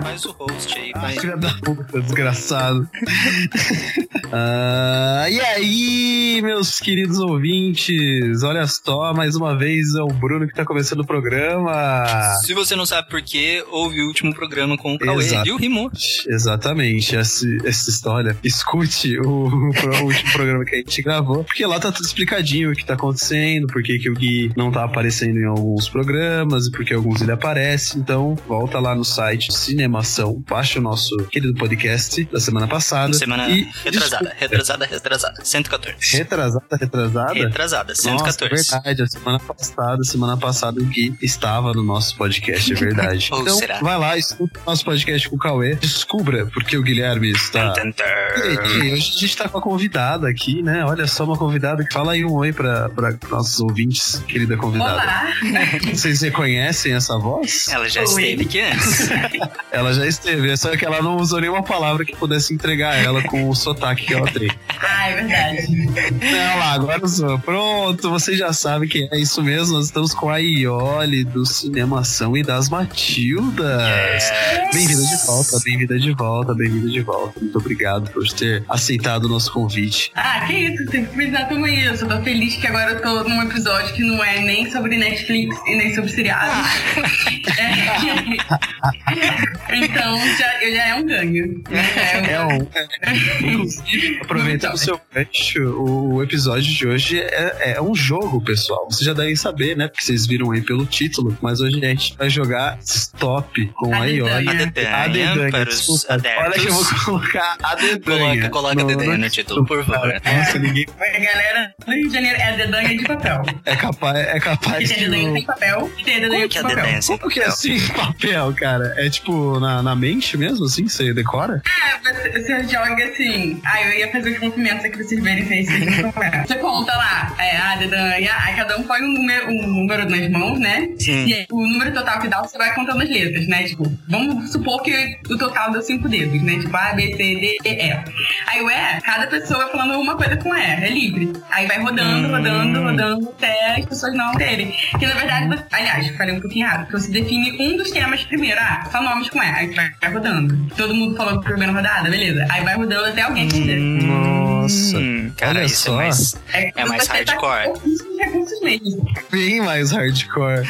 Faz o host aí, vai. Filha da puta, desgraçado. Ah, e aí, meus queridos ouvintes? Olha só, mais uma vez é o Bruno que tá começando o programa. Se você não sabe por quê, ouve o último programa com o Cauê, Exato. viu? Rimou. Exatamente, essa, essa história. Escute o, o pro- o último programa que a gente gravou, porque lá tá tudo explicadinho o que tá acontecendo, por que que o Gui não tá aparecendo em alguns programas e por que alguns ele aparece. Então, volta lá no site Cinemação, baixa o nosso querido podcast da semana passada. Semana e retrasada, retrasada, retrasada. 114. Retrasada, retrasada? Retrasada, Nossa, é 114. verdade, a semana passada, semana passada o Gui estava no nosso podcast, é verdade. Ou então, será? vai lá, escuta o nosso podcast com o Cauê, descubra porque o Guilherme está... Tum, tum, tum. Direitinho. Hoje a gente tá com a convidada aqui, né? Olha só, uma convidada que fala aí um oi para nossos ouvintes, querida convidada. Olá! Vocês reconhecem essa voz? Ela já Oi. esteve aqui antes. Ela já esteve, só que ela não usou nenhuma palavra que pudesse entregar ela com o sotaque que ela tem. Ah, é verdade. Não, lá, agora sou. Pronto, vocês já sabem que é isso mesmo. Nós estamos com a Iole do Cinemação e das Matildas. Bem-vinda de volta, bem-vinda de volta, bem-vinda de volta. Muito obrigado por ter aceitado o nosso convite. Ah, que isso, tem que frisar também isso. Eu tô feliz que agora eu tô num episódio que não é nem sobre Netflix e nem sobre seriado. Ah. É. Então, já, eu já é um ganho. É, É um. Inclusive, aproveitando o seu gancho, o o episódio de hoje é, é um jogo, pessoal. Vocês já devem saber, né? Porque vocês viram aí pelo título. Mas hoje a gente vai jogar Stop com a Iole. A dedanha para os desculpa. adeptos. Olha que eu vou colocar a dedanha. Coloca, coloca a No- dedanha no título, por favor. Nossa, ninguém a galera do Rio de Janeiro é a dedanha de papel. é capaz, é E capaz tem a de... dedanha o- sem papel e tem a Tá Como dedanha de que é a papel. dedanha assim? Como que é assim em papel, cara? É tipo na, na mente mesmo, assim, que você decora? Ah, você, você joga assim. Ah, eu ia fazer os movimentos aqui pra vocês verem se é isso que não é. Você conta lá, é, a dedanha, aí cada um põe um número, um número nas mãos, né? Sim. E aí, o número total que dá, você vai contando as letras, né? Tipo, vamos supor que o total deu cinco dedos, né? Tipo, A, B, C, D, E, E. Aí o E, cada pessoa vai falando uma coisa com E, é livre. Aí vai rodando, rodando, rodando, até as pessoas não terem. Que na verdade, você- aliás, falei um pouquinho errado, porque você define um dos temas primeiro. Ah, só nomes com E, aí vai, vai rodando. Todo mundo falou na primeira rodada, beleza. Aí vai rodando até alguém entender. Nossa. Hum, cara, assim? Olha isso só. é mais. É mais você tá com hardcore. pouquíssimos recursos mesmo. Bem mais hardcore.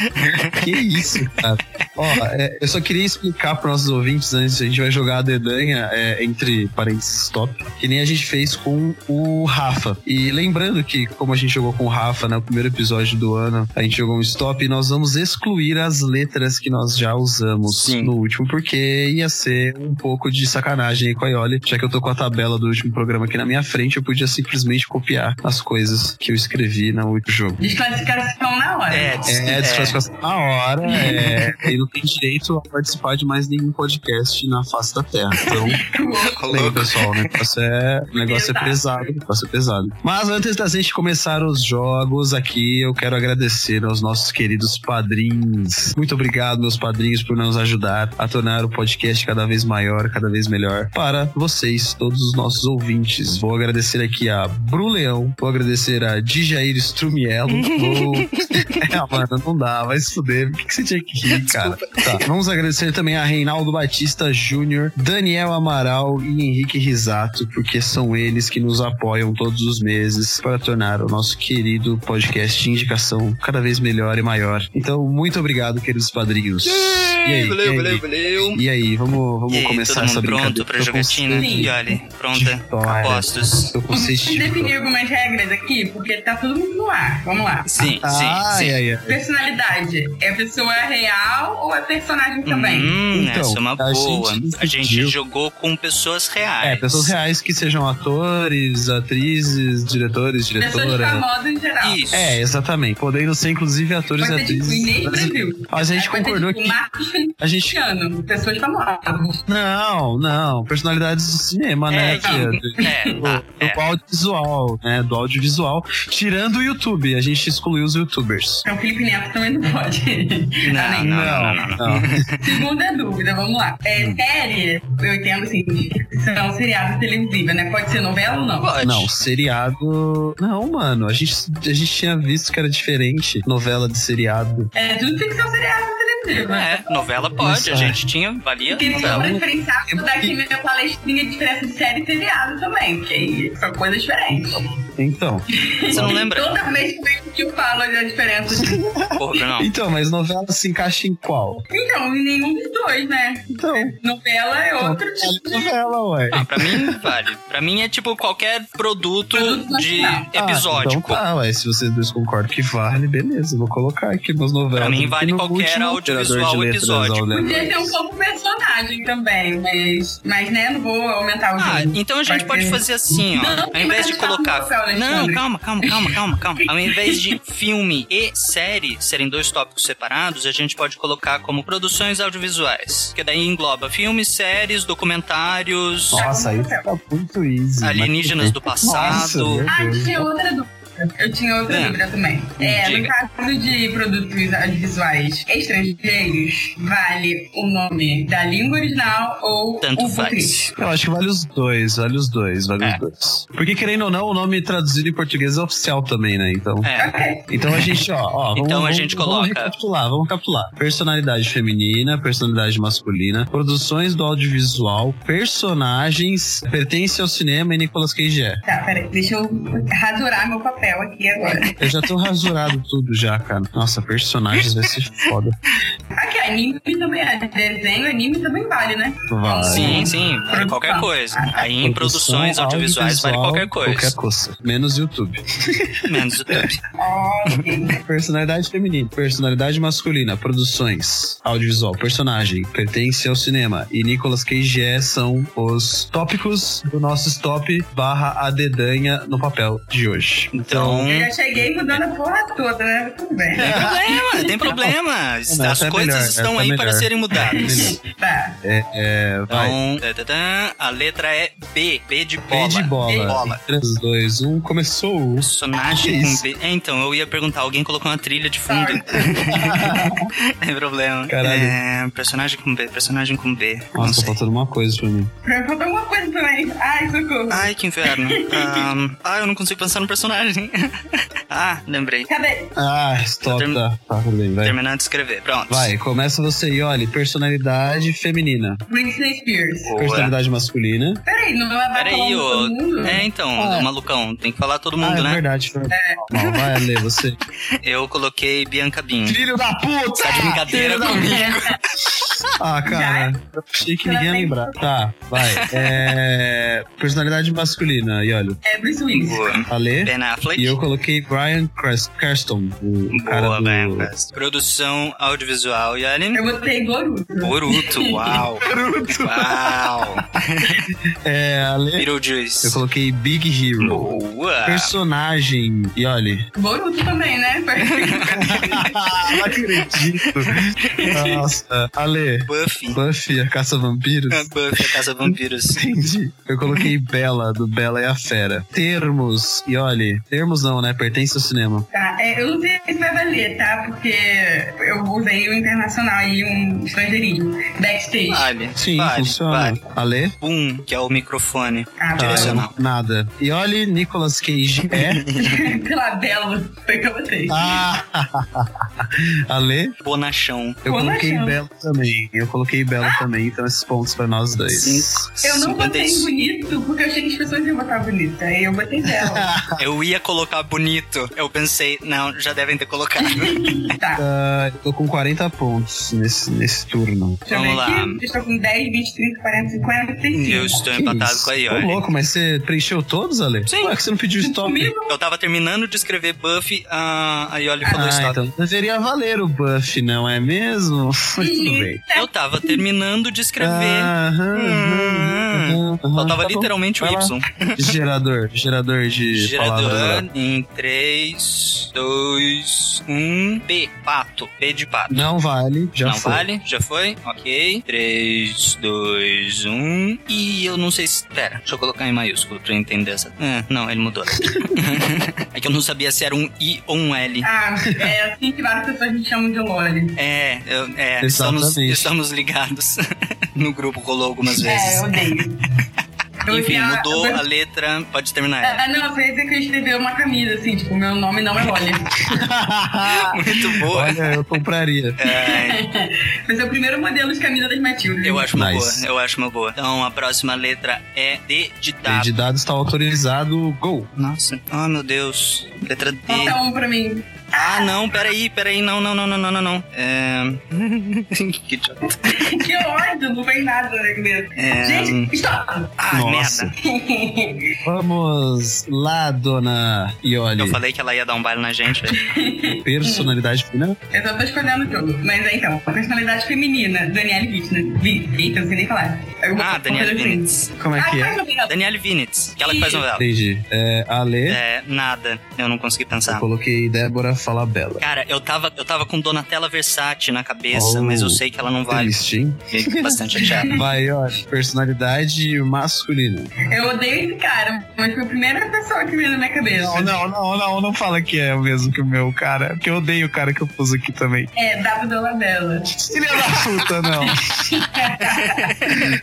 que isso, cara. Ó, é, eu só queria explicar para nossos ouvintes antes, a gente vai jogar a dedanha é, entre parênteses stop, que nem a gente fez com o Rafa. E lembrando que, como a gente jogou com o Rafa, né, o primeiro episódio do ano, a gente jogou um stop e nós vamos excluir as letras que nós já usamos Sim. no último, porque ia ser um pouco de sacanagem aí com a Ioli, já que eu tô com a tabela do último programa aqui na minha frente, eu podia simplesmente copiar as coisas que eu escrevi no último jogo. Desclassificação na hora. É, É, é, desclassificação na hora, é. Ele não tem direito a participar de mais nenhum podcast na face da Terra. Então, bem, pessoal, o negócio é, o negócio é Exato. pesado, o negócio é pesado. Mas antes da gente começar os jogos aqui, eu quero agradecer aos nossos queridos padrinhos. Muito obrigado, meus padrinhos, por nos ajudar a tornar o podcast cada vez maior, cada vez melhor para vocês, todos os nossos ouvintes. Vou agradecer aqui a Bruleão, vou agradecer a Dijair Strumielo, vou ah, mano, não dá, vai se fuder. Por que, que você tinha que rir, cara? Tá, vamos agradecer também a Reinaldo Batista Júnior, Daniel Amaral e Henrique Risato, porque são eles que nos apoiam todos os meses para tornar o nosso querido podcast de indicação cada vez melhor e maior. Então, muito obrigado, queridos padrinhos. E aí, Valeu, e valeu, aí, valeu. e aí vamos, vamos E aí, começar todo essa mundo brincadeira. pronto pra Tô com jogatina? sede E olha, de pronta. vitória. Apostos. Tô com sede de Vamos definir algumas regras aqui, porque tá todo mundo no ar. Vamos lá. Sim, sim, Ai, sim. ai, ai. Personalidade. É pessoa real ou é personagem também? Hum, Então, essa é uma a gente boa. a gente decidiu- jogou com pessoas reais. É, pessoas reais que sejam atores, atrizes, diretores, Pessoas diretoras. famosas em geral. Isso. É, exatamente. Podendo ser, inclusive, atores Vai e ser tipo atrizes. Inês Mas- Brasil. Mas a gente Aí vai ser concordou tipo que. Marcos feliz A gente. ano. Pessoas famosas. Não, não. Personalidades do cinema, né? É, que- não. do- É, tá, Ah, do é. audiovisual, né? Do audiovisual. Tirando o YouTube. A gente excluiu os youtubers. Então, Felipe Neto também não pode. Tá nem- não, não, Ah, Segunda dúvida, vamos lá. Hum. É, série, eu entendo assim, são seriados televisivos, né? Pode ser novela ou não? Pode. Não, seriado. Não, mano. A gente, a gente tinha visto que era diferente. Novela de seriado. É, tudo tem que ser um seriado televisivo. né? É, novela pode, Isso, a é. gente tinha, valia Porque eles são Então, novela. diferenciados, vou dar aqui minha palestrinha de diferença de série e seriado também, que aí são coisas diferentes. Então. Você não lembra? Toda vez que eu- que eu falo da diferença. de- Porra, não. Então, mas novela se encaixa em qual? Então, nenhum dos dois, né? Então. Novela é outro tipo de. Novela, Ah, ué. Ah, pra mim, vale. Pra mim é tipo qualquer produto de Ah, então episódico. tá, ué, se vocês dois concordam que vale, beleza, eu vou colocar aqui nas novelas. Pra mim Porque vale no qualquer último audiovisual Operador de Letras, episódico. ao lembrar. Podia ter um pouco personagem também, mas. Mas, né, não vou aumentar o Ah, jogo. então a gente Vai pode ter- fazer assim, ó. Não, Ao invés de mas calma, colocar. né, Rafael Não, Alexandre. calma, calma, calma, calma, calma. Ao invés de filme e série serem dois tópicos separados, a gente pode colocar como produções audiovisuais. Que daí engloba filmes, séries, documentários, Nossa, aí fica muito easy. alienígenas do passado. Nossa, Ah, meu eu Deus. tinha outra dúvida. Eu tinha outra É. dúvida também. É, no Diga. caso de produtos audiovisuais estrangeiros, vale o nome da língua original ou Tanto o faz. português? Eu acho que vale os dois, vale os dois, vale É. os dois. Porque querendo ou não, o nome traduzido em português é oficial também, né? Então. É. Ok. Então a gente, ó, ó vamos, Então a vamos- gente Vamos coloca. recapitular, vamos recapitular. Personalidade feminina, personalidade masculina, produções do audiovisual, personagens, pertence ao cinema e Nicolas Cage é. Tá, peraí. Deixa eu rasurar meu papel aqui agora. Eu já tô rasurado tudo já, cara. Nossa, personagens vai ser foda. Aqui, anime também é. Desenho, anime também vale, né? Vai. Sim, sim, vale Produção. qualquer coisa. Aí em produções Produção, audiovisuais vale qualquer audiovisual, coisa. Qualquer coisa. Menos YouTube. Menos o YouTube. Ok. Personalidade feminina. Personalidade masculina. Produções. Audiovisual. Personagem. Pertence ao cinema. E Nicolas Cage é são os tópicos do nosso stop barra a dedanha no papel de hoje. Então. Eu já cheguei mudando a porra toda, né? Tudo bem. Tem problema, tem problema. Não, As essa é coisas melhor, essa estão é aí para melhor. serem mudadas. Tá. É, vai. Então, tá, tá, tá, a letra é B. B de bola. P de bola. 3, 2, 1. Começou. Personagem Que com isso? B. É, então, eu ia perguntar, alguém colocou uma trilha de fundo? Tem problema. Caralho. É, personagem com B, personagem com B. Não Nossa, tá sei. faltando uma coisa pra mim. Faltou alguma coisa também. Ai, socorro. Ai, que inferno. Ahn, ah, eu não consigo pensar no personagem. ah, lembrei. Cadê? Ah, stop. Termi- Tá, tá tudo bem, vai. Terminar de escrever. Pronto. Vai, começa você e olha, personalidade feminina, Britney Spears. Boa. personalidade masculina. Peraí, não vai falar Peraí, pra ô. todo mundo? É, então, Ah. malucão, tem que falar todo ah, mundo, é né? verdade. foi Mal, vai, Ale, você. Eu coloquei Bianca Bin. Filho da puta! Tá de brincadeira comigo. Ah, cara, eu achei que ninguém ia lembrar. Tá, vai. É, personalidade masculina, e olha, É Bruce Willis. Boa. Ale. Ben Affleck. E eu coloquei Brian Cres- Creston, o cara Boa, do... Ben Affleck. Produção audiovisual, Yaren. Eu botei Boruto. Boruto, uau. Boruto. Uau. É, Ale. Eu Beetlejuice. coloquei Big Hero. Boa. Personagem, e olha. Boruto também, né? não acredito. Nossa, Ale. Buffy. Buffy, a caça vampiros. Buffy, a Casa Vampiros. Entendi. Eu coloquei Bela, do Bela e a Fera. Termos, e olha, termos não, né? Pertence ao cinema. tá, é, eu não sei se vai valer, tá? Porque eu usei o internacional e um estrangeirismo. Backstage. Vale. Sim, vale, funciona. Vale. Ale? Boom, que é o microfone. Ah, Tá, pela- Direcional. nada. E olha, Nicolas Cage é. pela Bela. Foi que eu botei. Ah! Ale? Bonachão. Eu Boa coloquei chance. Bela também. Eu coloquei Bela também, então esses pontos pra nós dois. Cinco. Eu não botei 55. bonito porque eu achei que as pessoas iam botar bonita. Aí eu botei Bela. Eu ia colocar bonito. Eu pensei, não, já devem ter colocado. tá. Ah, eu tô com 40 pontos nesse, nesse turno. Deixa eu Vamos ver lá. aqui. Eu estou com 10, 20, 30, 40, 50, 35. Eu estou Que empatado isso? com a Ô, Yori. louco, mas você preencheu todos, Ale? Sim. Ué, que você não pediu stop? Comigo? Eu tava terminando de escrever Buffy, a, a Yoli falou Ah, stop. então deveria valer o buff, não é mesmo? Mas tudo bem. Eu tava terminando de escrever. Hum. Aham, aham, aham. Faltava Tá bom. literalmente o Vai lá. Y. Gerador, gerador de palavras. Gerador em 3, 2, 1. P. Pato. P de pato. Não vale, já não foi. vale? Já foi? Ok. 3, 2, 1. E eu não sei se. Pera, deixa eu colocar em maiúsculo pra eu entender essa. Ah, não, ele mudou. é que eu não sabia se era um I ou um L. Ah, é assim que várias pessoas me chamam de Lore. É, eu- é estamos, Exatamente. estamos ligados. no grupo rolou algumas É, eu vezes. odeio. Eu Enfim, já- mudou né? eu- a letra. Pode terminar ela. Ah, não, foi dizer que eu escrevi uma camisa, assim, tipo, meu nome não é Lore. tá. Muito boa. Olha, eu compraria. É, Foi seu primeiro modelo de camisa das Matildas. eu acho uma Nice. boa, eu acho uma boa. Então a próxima letra é D de Lei dado. de dados está autorizado, gol. Nossa, oh meu Deus. Letra D. Falta um pra mim. Ah, não, peraí, peraí, não, não, não, não, não, não, não. É. que idiota. Que ódio, não vem nada na minha cabeça. É, hum. Gente, stop! Ah, Nossa. merda. Vamos lá, dona Ioli. Eu falei que ela ia dar um baile na gente, velho. Personalidade fina. Eu só tô escolhendo o jogo. Mas é então, personalidade feminina, Daniele Wittner. Vi- Eita, não sei nem falar. Eu vou- Ah, Daniele vou fazer assim. Vinitz. Como é Ah, que faz é? uma piada. Daniele Vinitz, que ela que faz novela. Entendi. É, Ale, É, nada. Eu não consegui pensar. coloquei Débora Falabella. Cara, eu tava, eu tava com Donatella Versace na cabeça, Oh. mas eu sei que ela não vale. Triste, hein? Fiquei bastante chateado. Vai, Ioli. Personalidade masculina. Eu odeio esse cara, mas foi a primeira pessoa que veio na minha cabeça. não, não, não. Não fala que é o mesmo que o meu, cara. Porque eu odeio o cara que eu pus aqui também. É, W Dolabella. Filha da puta, não.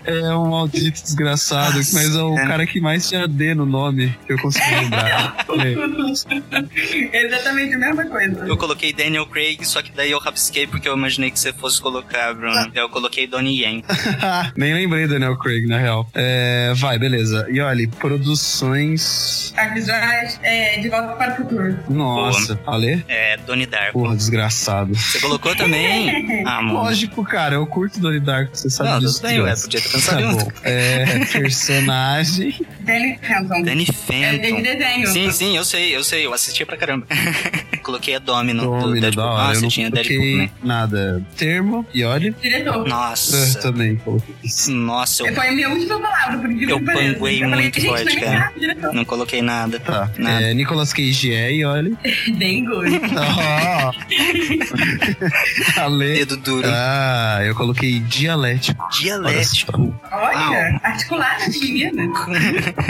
É um maldito desgraçado, mas é o cara que mais tinha D no nome que eu consegui lembrar. É. Exatamente a mesma coisa. Eu coloquei Daniel Craig, só que daí eu rabisquei porque eu imaginei que você fosse colocar, Bruno. Eu coloquei Donnie Yen. É. Nem lembrei do Daniel Craig, na real. É, vai, beleza. E olha, produções. As visuais é, de volta para o futuro. Nossa, Ale? É, Donnie Darko. Porra, desgraçado. Você colocou também? Ah, mano. Lógico, cara, eu curto Donnie Darko, você sabe Não, disso. tudo bem, ué, Deus. podia ter pensado em outro. bom. É, personagem. Danny Hanson. Danny É de Fenton. desenho. Sim, sim, eu sei, eu sei, eu assisti pra caramba. Coloquei a Domino, do Deadpool. Domino, né, da hora. Nossa, Eu não tinha Deadpool, coloquei né? nada. Termo, e olha. Diretor. Eu Nossa, também coloquei. nossa, eu Foi a minha última palavra, por incrível Eu que pareça. panguei Eu falei, muito gente, forte, não é cara. errado, diretor. não coloquei nada. Tá. Nada. É, Nicolas Cage é, e olha. Ah, Dengo. Ale. Dedo duro. Ah, eu coloquei dialético. Dialético. Olha, articulada de menina.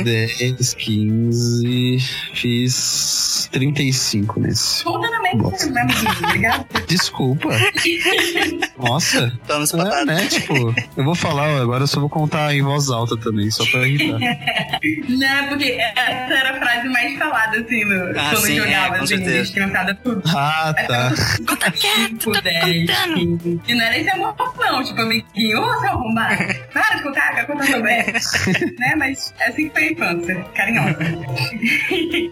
10, 15. Fiz 35 nesse. Toda na mente Nossa. mesmo, menina. Obrigada. Desculpa. Nossa. Estamos É, patados. né? Tipo, eu vou falar, ó, agora eu só vou contar em voz alta também, só pra irritar. Não, porque essa era a frase mais falada, assim, no, Ah, quando sim, jogava, é, com assim, certeza. descansada tudo. Ah, tá. Conta quieto, Tipo, 10, 15. E não é era esse amor, não. Tipo, amiguinho, ô, seu arrombado. Para de contar, quero contar também. né? Mas é assim que foi a infância, carinhosa.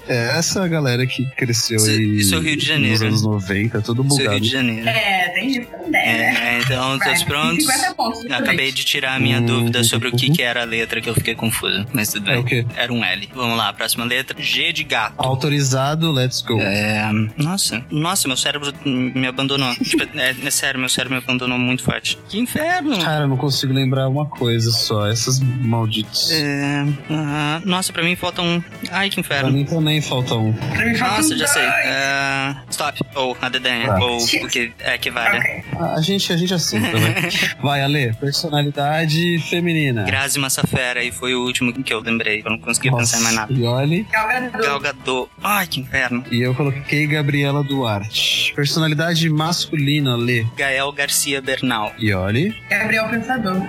É essa galera que cresceu Isso- aí isso é o Rio de Janeiro, nos anos 90, todo Sou Rio bugado. de Janeiro. É, tem isso também, né? É, então, Vai, todos prontos? 50 pontos. Acabei de tirar a minha Hum. dúvida sobre o que, que era a letra que eu fiquei confuso. Mas tudo É o bem. quê? Era um L. Vamos lá, próxima letra. G de gato. Autorizado, let's go. É, nossa, nossa, meu cérebro me abandonou. Tipo, é, é sério, meu cérebro me abandonou muito forte. Que inferno! Cara, eu não consigo lembrar uma coisa só. Essas malditos. É, aham. nossa, pra mim falta um. Ai, que Pra inferno. mim também falta um. Pra mim, falta Nossa, um já sei. dois. É, stop. Ou a dedanha. Tá. Ou o que é que vale. Ok. A gente, a gente aceita, né? Vai, Ale. Personalidade feminina. Grazi Massafera, e foi o último que eu lembrei. Eu não consegui pensar em mais nada. E olhe. Galgador. Galgador. Ai, que inferno. E eu coloquei Gabriela Duarte. Personalidade masculina, Lê. Gael Garcia Bernal. E olhe. Gabriel Pensador.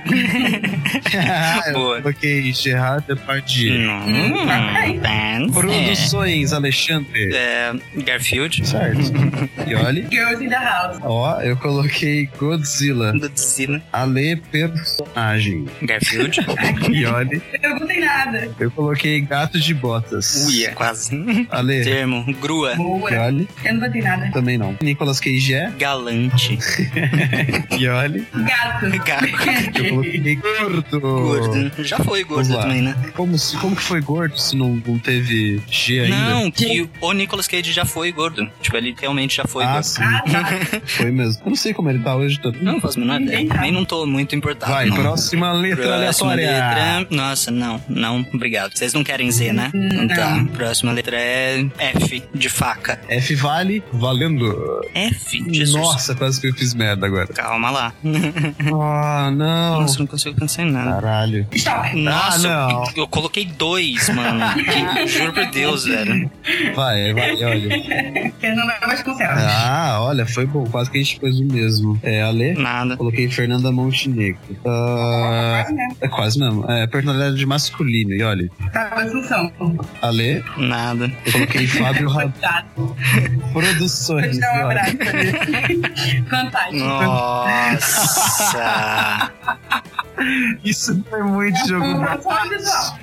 Boa. eu coloquei Gerard Depardieu. Hum, um ok. fancy. Produções, Alexandre. É, Garfield. Certo. E olhe. Girls in the House. Ó, eu coloquei Godzilla. Godzilla. Ale personagem. Garfield. E olhe. Eu não botei nada. Eu coloquei gato de botas. Uia. é Quase. Ale. Termo. Grua. Boa. Yoli, Eu não botei nada. também não. Nicolas Cage é Galante. Yoli. Gato. Gato. Eu coloquei gordo. gordo. Gordo. Já foi gordo Oh. Vamos lá. também, né? Como, se- como que foi gordo se não, não teve G ainda? Não, que o Nicolas Cage já foi gordo. Tipo, ele realmente já foi ah, gordo. sim, Ah, tá. foi mesmo. Eu não sei como ele tá hoje. Tá... Não, faz a menor ideia. Ninguém sabe. Nem não tô muito importado. Vai, não. próxima letra Próxima aleatória. letra. Nossa, não, não, obrigado. Vocês não querem Z, né? Então tá. Próxima letra é F, de faca. F vale, valendo. F, Jesus. Nossa, quase que eu fiz merda agora. Calma lá. Ah, não. Nossa, eu não consigo pensar em nada. Caralho. Stop. Nossa, Ah, eu- não. eu, coloquei dois, mano. Que- juro por Deus, velho. Vai, vai, olha. Fernanda Vasconcelos. Ah, olha, foi bom. Quase que a gente fez o mesmo. É, Ale. Nada. Coloquei Fernanda Montenegro. Ah, Quase, né? é quase mesmo. É personalidade masculina, e olha. Tava Assunção. Ale, Nada. eu coloquei Fábio Rabin. Tá. Vou Produções. te e dar um olha. abraço. pra ver. Fantástico. Nossa. Isso foi muito jogo. Um da- só visual.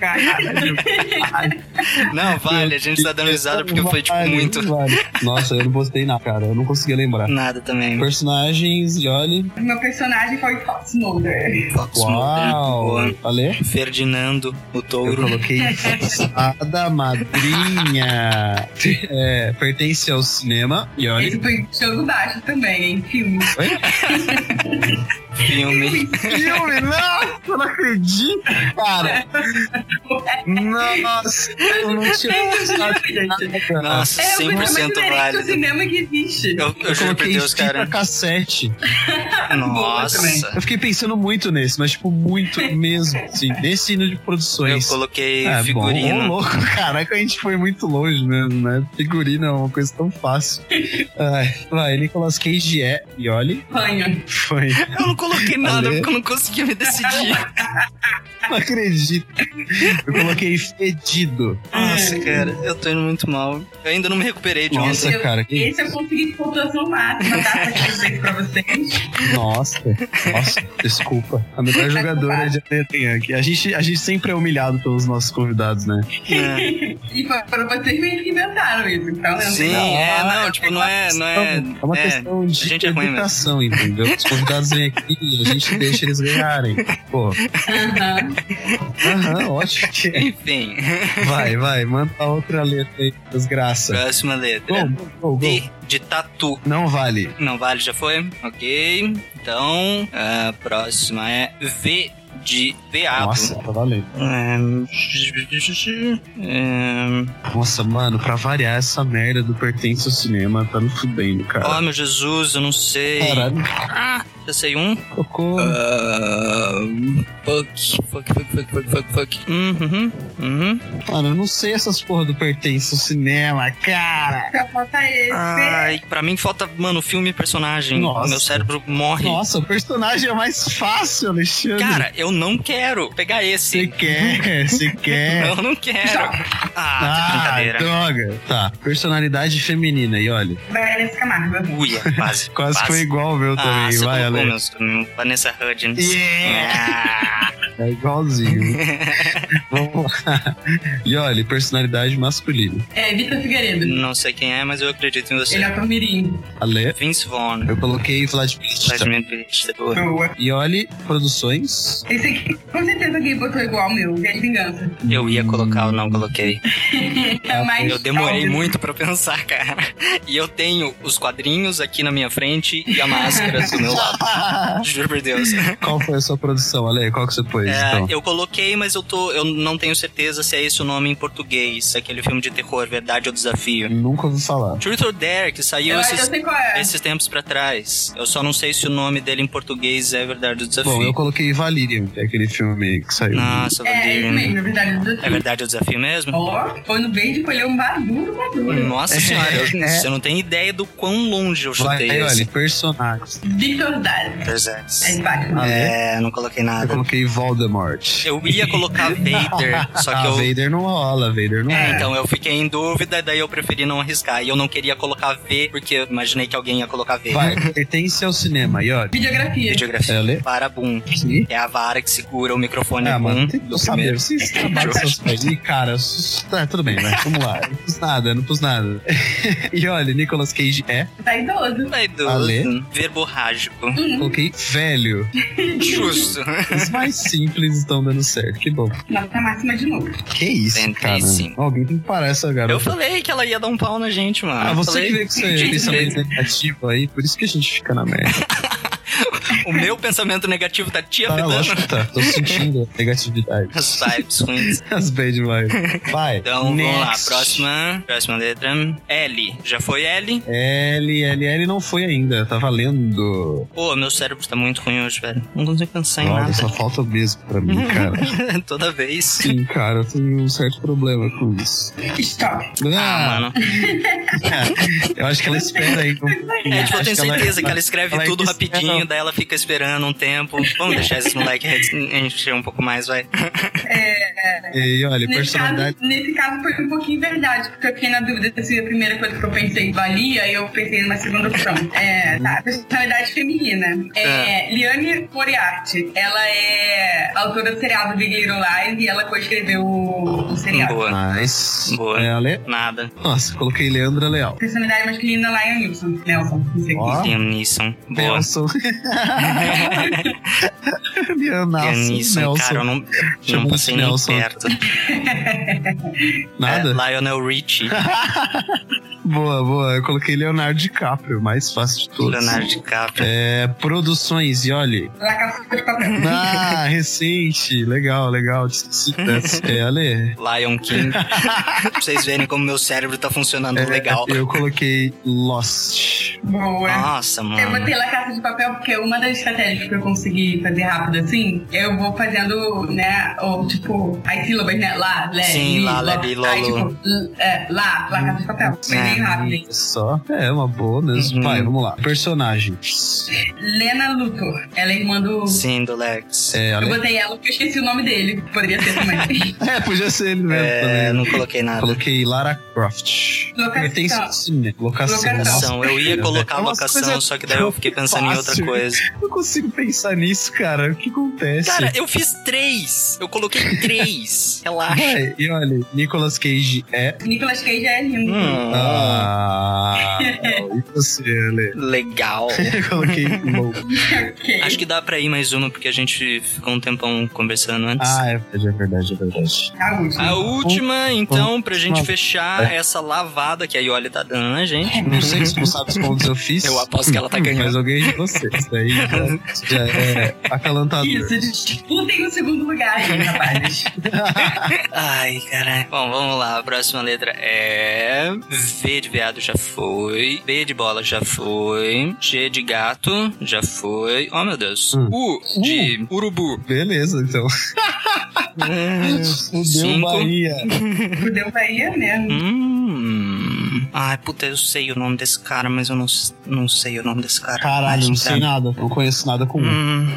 Não, vale, a gente tá dando risada porque foi, tipo, Vale, muito. vale. Nossa, eu não postei nada, cara. Eu não consegui lembrar. Nada também. Personagens, e olha. Meu personagem foi Fox Mulder. Fox Uau! Mulder, boa. Ale? Ferdinando, o Eu touro. coloquei Ada Madrinha. É, pertence ao cinema. E olha. Esse foi jogo baixo também, hein? Filme. Filme. Filme, nossa, eu não acredito, cara. Nossa, eu não tinha pensado em nada, cara. Nossa, É o mais 100% diferente do válido. cinema que existe. Eu, eu juro por coloquei Deus, fita cara. cassete. Boa também. Nossa. Eu fiquei pensando muito nesse, mas tipo, muito mesmo, assim, nesse hino de Eu produções. coloquei É, Bom, ô, figurino. louco, caraca, a gente foi muito longe mesmo, né? Figurino é uma coisa tão fácil. Ai, vai, Nicolas Cage é, e olhe, Panho. foi. Eu não coloquei nada Ale. porque eu não conseguia me decidir. Não acredito. Eu coloquei fedido. Nossa, cara, eu tô indo muito mal. Eu ainda não me recuperei de ontem. Nossa, cara, que Esse eu consegui de pontuação máxima, tá? Pra que eu fiz pra vocês. Nossa, nossa, desculpa. A melhor jogadora de Atenha aqui. A gente, a gente sempre é humilhado pelos nossos convidados, né? né? E foram vocês mesmos que inventaram isso. Então, eu não sei Sim, não. é, não, tipo, não é. Não é, é uma é, questão de a gente é ruim mesmo. educação, entendeu? Os convidados vêm aqui e a gente deixa eles ganharem. Pô, Aham. aham, ótimo. Enfim, Vai, vai, manda a outra letra aí, desgraça. próxima letra. Gol, gol, gol. D de tatu. Não vale. Não vale, já foi? Ok. Então, a próxima é V de veado. Nossa, tá valendo. Ahn, Nossa, mano, pra variar essa merda do pertence ao cinema, tá me fudendo, cara. Oh, meu Jesus, eu não sei. Caralho, Ah, já sei um. cocô. Ahn, fuck, fuck, fuck, fuck, fuck, fuck, fuck. Uhum, uhum. Mano, eu não sei essas porra do pertence ao cinema, cara. Só falta Então, esse. Ai, pra mim falta, mano, filme e personagem. Nossa. Meu cérebro morre. Nossa, o personagem é mais fácil, Alexandre. Cara, eu não quero pegar você esse. quer, você quer. Eu não quero. Ah, que Ah, brincadeira. droga. Tá, personalidade feminina, e olha, Vanessa Camargo. Uia, quase. quase quase. foi igual o meu Ah, também, você vai, colocou, Ale. meus- meu, Vanessa Hudgens. Ah, É igualzinho. Vamos lá. E olha, personalidade masculina. É, Vitor Figueiredo. não sei quem é, mas eu acredito em Ele você. é o Mirim. Ale, Vince Vaughn. eu coloquei Vladimir. Vladimir Brista, boa. Boa. E olha, produções. Esse aqui, com certeza alguém botou igual ao meu. Guerra e Vingança. Eu ia colocar ou não coloquei. É mais Ah, Eu demorei calmo. muito pra pensar, cara. E eu tenho os quadrinhos aqui na minha frente e a máscara do meu lado. Juro por Deus. Qual foi a sua produção, Ale? Qual que você pôs, É, então? eu coloquei, mas eu tô. Eu não tenho certeza se é esse o nome em português. Aquele filme de terror, Verdade ou Desafio. Nunca ouvi falar. Truth or Dare, que saiu Eu, eu esses, sei qual é. esses tempos pra trás. Eu só não sei se o nome dele em português é Verdade ou Desafio. Bom, eu coloquei Valirian, que é aquele filme que saiu. Nossa, É, isso Valdir. mesmo, na verdade. do É verdade o desafio mesmo? Ó, foi no verde, colheu um maduro, maduro. Nossa senhora, eu- você não tem ideia do quão longe eu É. Vai, chutei aí, esse. olha, personagens. Victor Dali. Pois é. É Batman. É, não coloquei Eu nada. coloquei Voldemort. Eu ia colocar Vader, Vader. Só que ah, eu. Vader não rola, Vader não É, rola. então eu fiquei em dúvida, daí eu preferi não arriscar. E eu não queria colocar V, porque eu imaginei que alguém ia colocar V. né? Vai, pertence ao cinema, e olha. Videografia. Videografia. Ela é- Para boom. Sim. É a vara que segura o microfone Ah, boom mano, tem do que saber. hum. primeiro. Vocês trabalham com seus pais. Ih, cara, s- tá, tudo bem, vai, vamos lá. Eu Não pus nada, eu não pus nada. e olha, Nicolas Cage é. Tá idoso. Uhum. Vai do Ale? verborrágico. Coloquei velho. Justo. Os mais simples estão dando certo, que bom. Nota tá máxima de novo. Que isso, cara. 35. Alguém tem que parar essa garota. Eu falei que ela ia dar um pau na gente, mano. Ah, Eu você falei que veio com seu gente, pensamento é negativo aí, por isso que a gente fica na merda. O meu pensamento negativo tá te Tá, afetando. lógico que tá. Tô sentindo a negatividade. As vibes ruins. As bad vibes. Vai. Então next. vamos lá, próxima. Próxima letra. L. Já foi L? L, L, L não foi ainda, tá valendo. Pô, meu cérebro tá muito ruim hoje, velho. Não consigo pensar em Nossa, nada. só falta mesmo pra mim, cara. Toda vez. Sim, cara, eu tenho um certo problema com isso. Stop. Ah, mano. Eu acho que ela espera aí. um- É, tipo, eu tenho acho certeza que ela escreve ela tudo espera- rapidinho, daí ela fica esperando um tempo. Vamos deixar esse moleque encher um pouco mais, vai. E olha, Nesse caso, personalidade. nesse caso foi um pouquinho verdade, porque eu fiquei na dúvida se a primeira coisa que eu pensei valia e eu pensei numa segunda opção. É, tá, personalidade feminina. É, Liane Moriarty, ela é autora do seriado Big Little Lies e ela co-escreveu o, o seriado. Boa. Ah. Mas. Boa. Ela é- Nada. Nossa, coloquei Leandra Leal. Personalidade masculina, Lion Nilson. Nelson, não sei o Ó. que. Liam Neeson. Boa. Nelson. Leandro Liam Nelson. Neeson, cara, eu não, não Chamou passei nem Nelson. perto. Nada? É, Lionel Richie, Boa, boa. Eu coloquei Leonardo DiCaprio, mais fácil de todos. Leonardo DiCaprio. É, produções, e olha. Ela caçou de papel. Ah, recente. Legal, legal. Esqueci dessa. É, Ale. Lion King. pra vocês verem como meu cérebro tá funcionando É, legal. Eu É, coloquei Lost. Boa. Nossa, Eu mano. botei La Casa de Papel porque uma das estratégias que eu consegui fazer rápido assim, eu vou fazendo, né, ou tipo, as sílabas, né, lá, lé, Sim, li, lá, ló. lé, li, ló, Aí, ló. tipo, l- é, lá, La Casa de Papel. Foi É. bem rápido. hein? Olha Só. É, uma boa mesmo. Uhum. Vai, vamos lá. Personagem. Lena Luthor, ela é irmã do... Sim, do Lex. um- É, Eu Ale. botei ela porque eu esqueci o nome dele. Poderia ser também. É, podia ser ele mesmo É, também. né? não coloquei nada. Coloquei Lara Croft. Locação. Pertence ao cinema. Locação. Locação. Nossa, Locação. Eu ia colocar É umas locação, coisas só que daí eu fiquei pensando em outra fácil. coisa. eu não consigo pensar nisso, cara. O que acontece? Cara, eu fiz três. Eu coloquei três. Relaxa. Vai, e olha, Nicolas Cage é. Nicolas Cage é lindo. Hum, Ah, e você, Ale? Legal. Eu coloquei um Low. Ok. Acho que dá pra ir mais uma, porque a gente ficou um tempão conversando antes. Ah, é verdade, é verdade, é verdade. A última. A última, então, pra gente Uma- É. fechar essa lavada que a Yoli tá dando na gente. Não sei se tu sabe os pontos eu fiz. Eu aposto que ela tá É Uhum. Mas ganhando. alguém de vocês. Daí já, já é acalantador. Isso, disputem o segundo lugar aí, rapazes. Ai, caralho. Bom, vamos lá. A próxima letra é. V de veado já foi. B de bola já foi. G de gato já foi. Oh, meu Deus. Hum. U de urubu. Beleza, então. Ah, Fudeu É, Cinco. Bahia. Fudeu né? Bahia mesmo. Hum. Ai, puta, eu sei o nome desse cara, mas eu não, s- não sei o nome desse cara. Caralho, Mas, não sei tá. nada. Não conheço nada com um. Hum.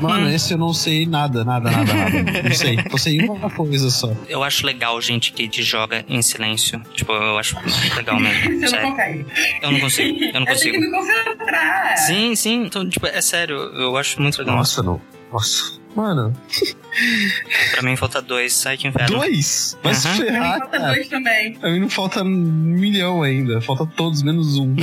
Mano, esse eu não sei nada, nada, nada, nada. Não sei. Eu sei uma coisa só. Eu acho legal gente que te joga em silêncio. Tipo, eu acho legal mesmo. Você não É sério. consegue. Eu não consigo, eu não Eu tenho que consigo. me concentrar. Sim, sim. Então, tipo, é sério, eu acho muito legal. Nossa, não. Nossa. Mano, Pra mim falta dois, sai que inferno. dois? é. Vai se Aham. Pra mim ferrar, falta tá. cara. dois também. Pra mim não falta um milhão ainda. Falta todos, menos um.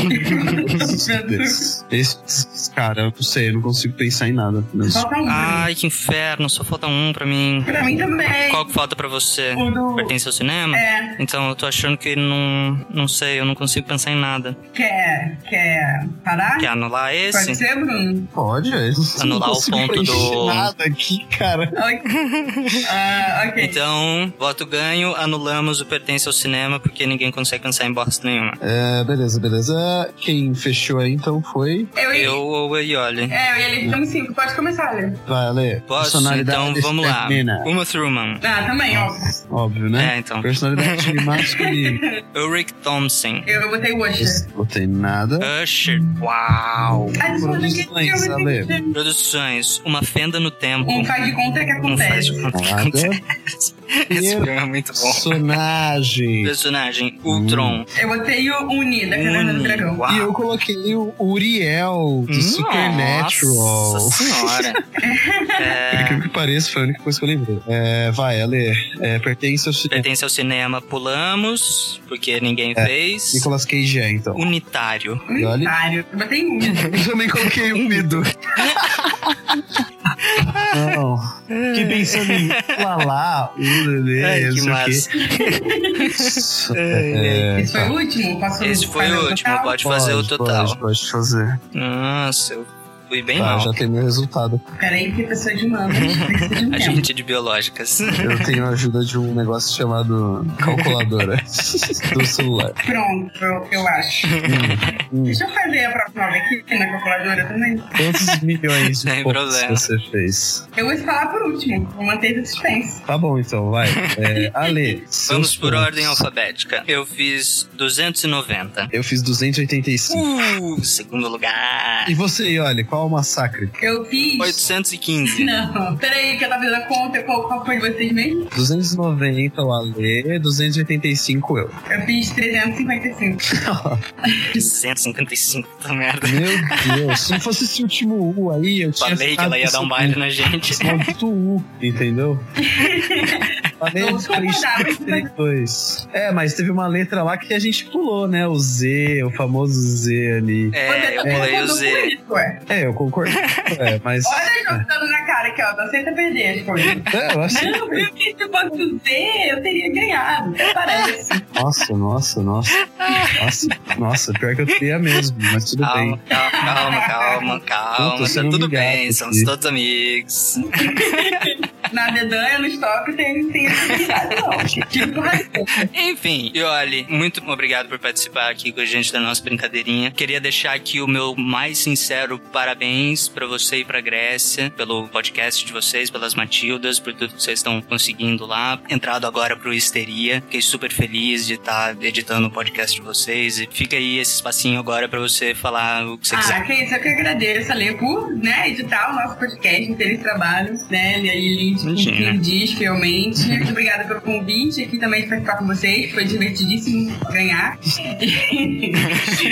Esse, cara, eu não sei, eu não consigo pensar em nada. Mas... Falta um. Ai, que inferno, só falta um pra mim. pra mim também. Qual que falta pra você? O do. Pertence ao cinema? Um, É, Então eu tô achando que não. Não sei, eu não consigo pensar em nada. quer. Quer parar? Quer anular Ah, Pode esse? ser, Bruno? Pode, é. isso. Anular Não o consigo ponto preencher do- nada aqui, cara. Ok. Ah, ok. Então, voto ganho, anulamos o pertence ao cinema, porque ninguém consegue pensar em bosta nenhuma. É, beleza, beleza. Quem fechou aí então foi. eu e. Eu ou a Yoli. É, eu e ele estamos cinco. Pode começar, Lê. Vai, Ale. Posso? Então Personalidade vamos lá. feminina. Uma Thurman. Ah, também, ó. Óbvio, né? É, então. Personalidade masculina. Ulrich Thompson. Eu, eu botei o Usher. Não tem nada. Usher. Uau. Ai, desculpa, tem Ah, que- Produções, Ale. Produções. Uma fenda no tempo. um faz de conta que Não faz acontece. de conta que Nada. acontece. Esse programa é muito bom. Personagem. Personagem Ultron. Eu botei o Uni da Caverna do Uni. Dragão. Uau. Hum. E eu coloquei o Uriel do Supernatural. Nossa senhora. Por É, incrível que pareça, foi a única coisa que eu lembrei. É, vai, Ale. É, pertence ao cinema. pertence ao cinema, pulamos, porque ninguém É. fez. Nicolas Cage é, então. Unitário. E olha. Unitário. Eu botei Uni. Eu também coloquei um úmido. Não. Fiquei pensando em Lala, Ulele, É. Ai, não que sei o quê. massa. Isso. Ai, É, Esse foi o último? Posso Esse foi fazer o último, total? pode fazer o pode, total. Pode, pode fazer. Nossa, eu fui bem Tá, mal. já tem meu resultado. Peraí, que pessoa de humano. precisa de um A tempo. gente é de biológicas. Eu tenho a ajuda de um negócio chamado calculadora do celular. Pronto, eu- eu acho. Deixa eu fazer a próxima aqui na calculadora também. Quantos milhões de Sem pontos problema. você fez? Eu vou falar por último. Vou manter esse suspense. Tá bom, então, vai. É, Ale, seus Vamos por pontos. ordem alfabética. Eu fiz 290. Eu fiz 285. Uh, segundo lugar. E você, olha, qual é o massacre? Eu fiz. 815. Não, peraí, que eu tava fazendo a conta. Qual, qual foi de vocês mesmo? 290 o Ale, 285 eu. Eu fiz 355. 155, puta merda. Meu Deus, se não fosse esse último U aí, eu tinha Falei que ela ia dar um baile na gente. Esse maldito U, entendeu? Falei Eu de sou contábil, 332. É, mas teve uma letra lá que a gente pulou, né? O Z, o famoso Z ali. É, eu pulei Você o concordou com Z. isso, ué. É, eu concordo. É, mas. Olha, jogando na cara aqui, ó. Não aceita perder as coisas. É, eu acho. Não, porque se fosse o Z, eu teria ganhado. Parece. Nossa, nossa, nossa. Nossa, nossa, pior que eu teria mesmo, mas tudo Calma, bem. calma, calma, calma, calma. Puta, né? Tá sendo tudo humilhado bem, aqui. somos todos amigos. Na dedanha, no stop, tem, tem essa habilidade, não. Tipo, Enfim, e olha, muito obrigado por participar aqui com a gente da nossa brincadeirinha. Queria deixar aqui o meu mais sincero parabéns pra você e pra Grécia, pelo podcast de vocês, pelas Matildas, por tudo que vocês estão conseguindo lá. Entrado agora pro Histeria, fiquei super feliz de estar editando o podcast de vocês. E fica aí esse espacinho agora pra você falar o que você Ah, quiser. que isso, eu que agradeço, Ale, por né, editar o nosso podcast, ter esse trabalho, né, e aí, Lid, com Imagina. quem diz, realmente. Muito obrigada pelo convite aqui também de participar com vocês, foi divertidíssimo ganhar.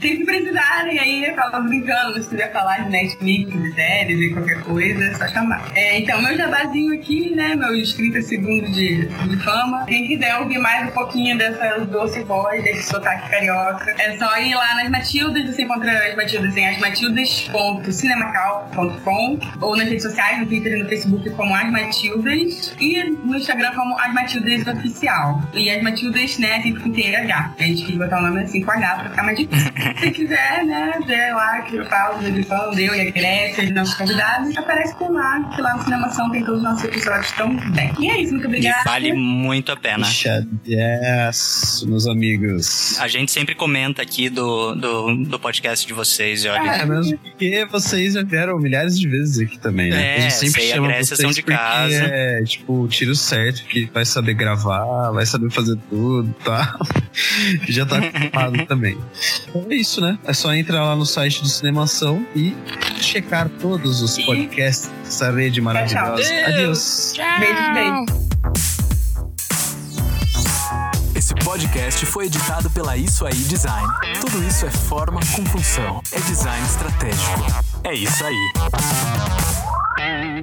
Se precisarem aí, eu tava brincando, se quiser falar de Netflix, de séries e qualquer coisa, é só chamar. É, então, meu jabazinho aqui, né, meus 30 segundos de, de fama. Quem quiser ouvir mais um pouquinho dessa doce voz, desse sotaque carioca, é só ir lá nas Matildas, você encontra as Matildas em asmatildas.cinemacal.com ou nas redes sociais, no Twitter e no Facebook como As Matildas e no Instagram como As Matildas Oficial. E As Matildas, né, sempre com TH. A gente quis botar o nome assim com H pra ficar mais difícil. Se quiser, né, ver lá que eu falo, eu falo, eu e a Grécia, os nossos convidados, aparece por lá, que lá no Cinemação tem todos os nossos episódios também. E é isso, muito E obrigada. vale muito a pena. Puxa, yes, meus amigos. A gente sempre comenta aqui do, do, do podcast de vocês, e olha. É, mesmo porque vocês já vieram milhares de vezes aqui também, né? É, a gente sempre você e a chama Grécia vocês são de porque casa. é, tipo, o tiro certo, que vai saber gravar, vai saber fazer tudo e tal. Que já tá acostumado também. Então é isso, né? É só entrar lá no site do Cinemação e checar todos os E- podcasts dessa rede maravilhosa. Tchau, tchau. Adeus. Beijo, beijo. Esse podcast foi editado pela Isso Aí Design. Tudo isso é forma com função. É design estratégico. É isso aí.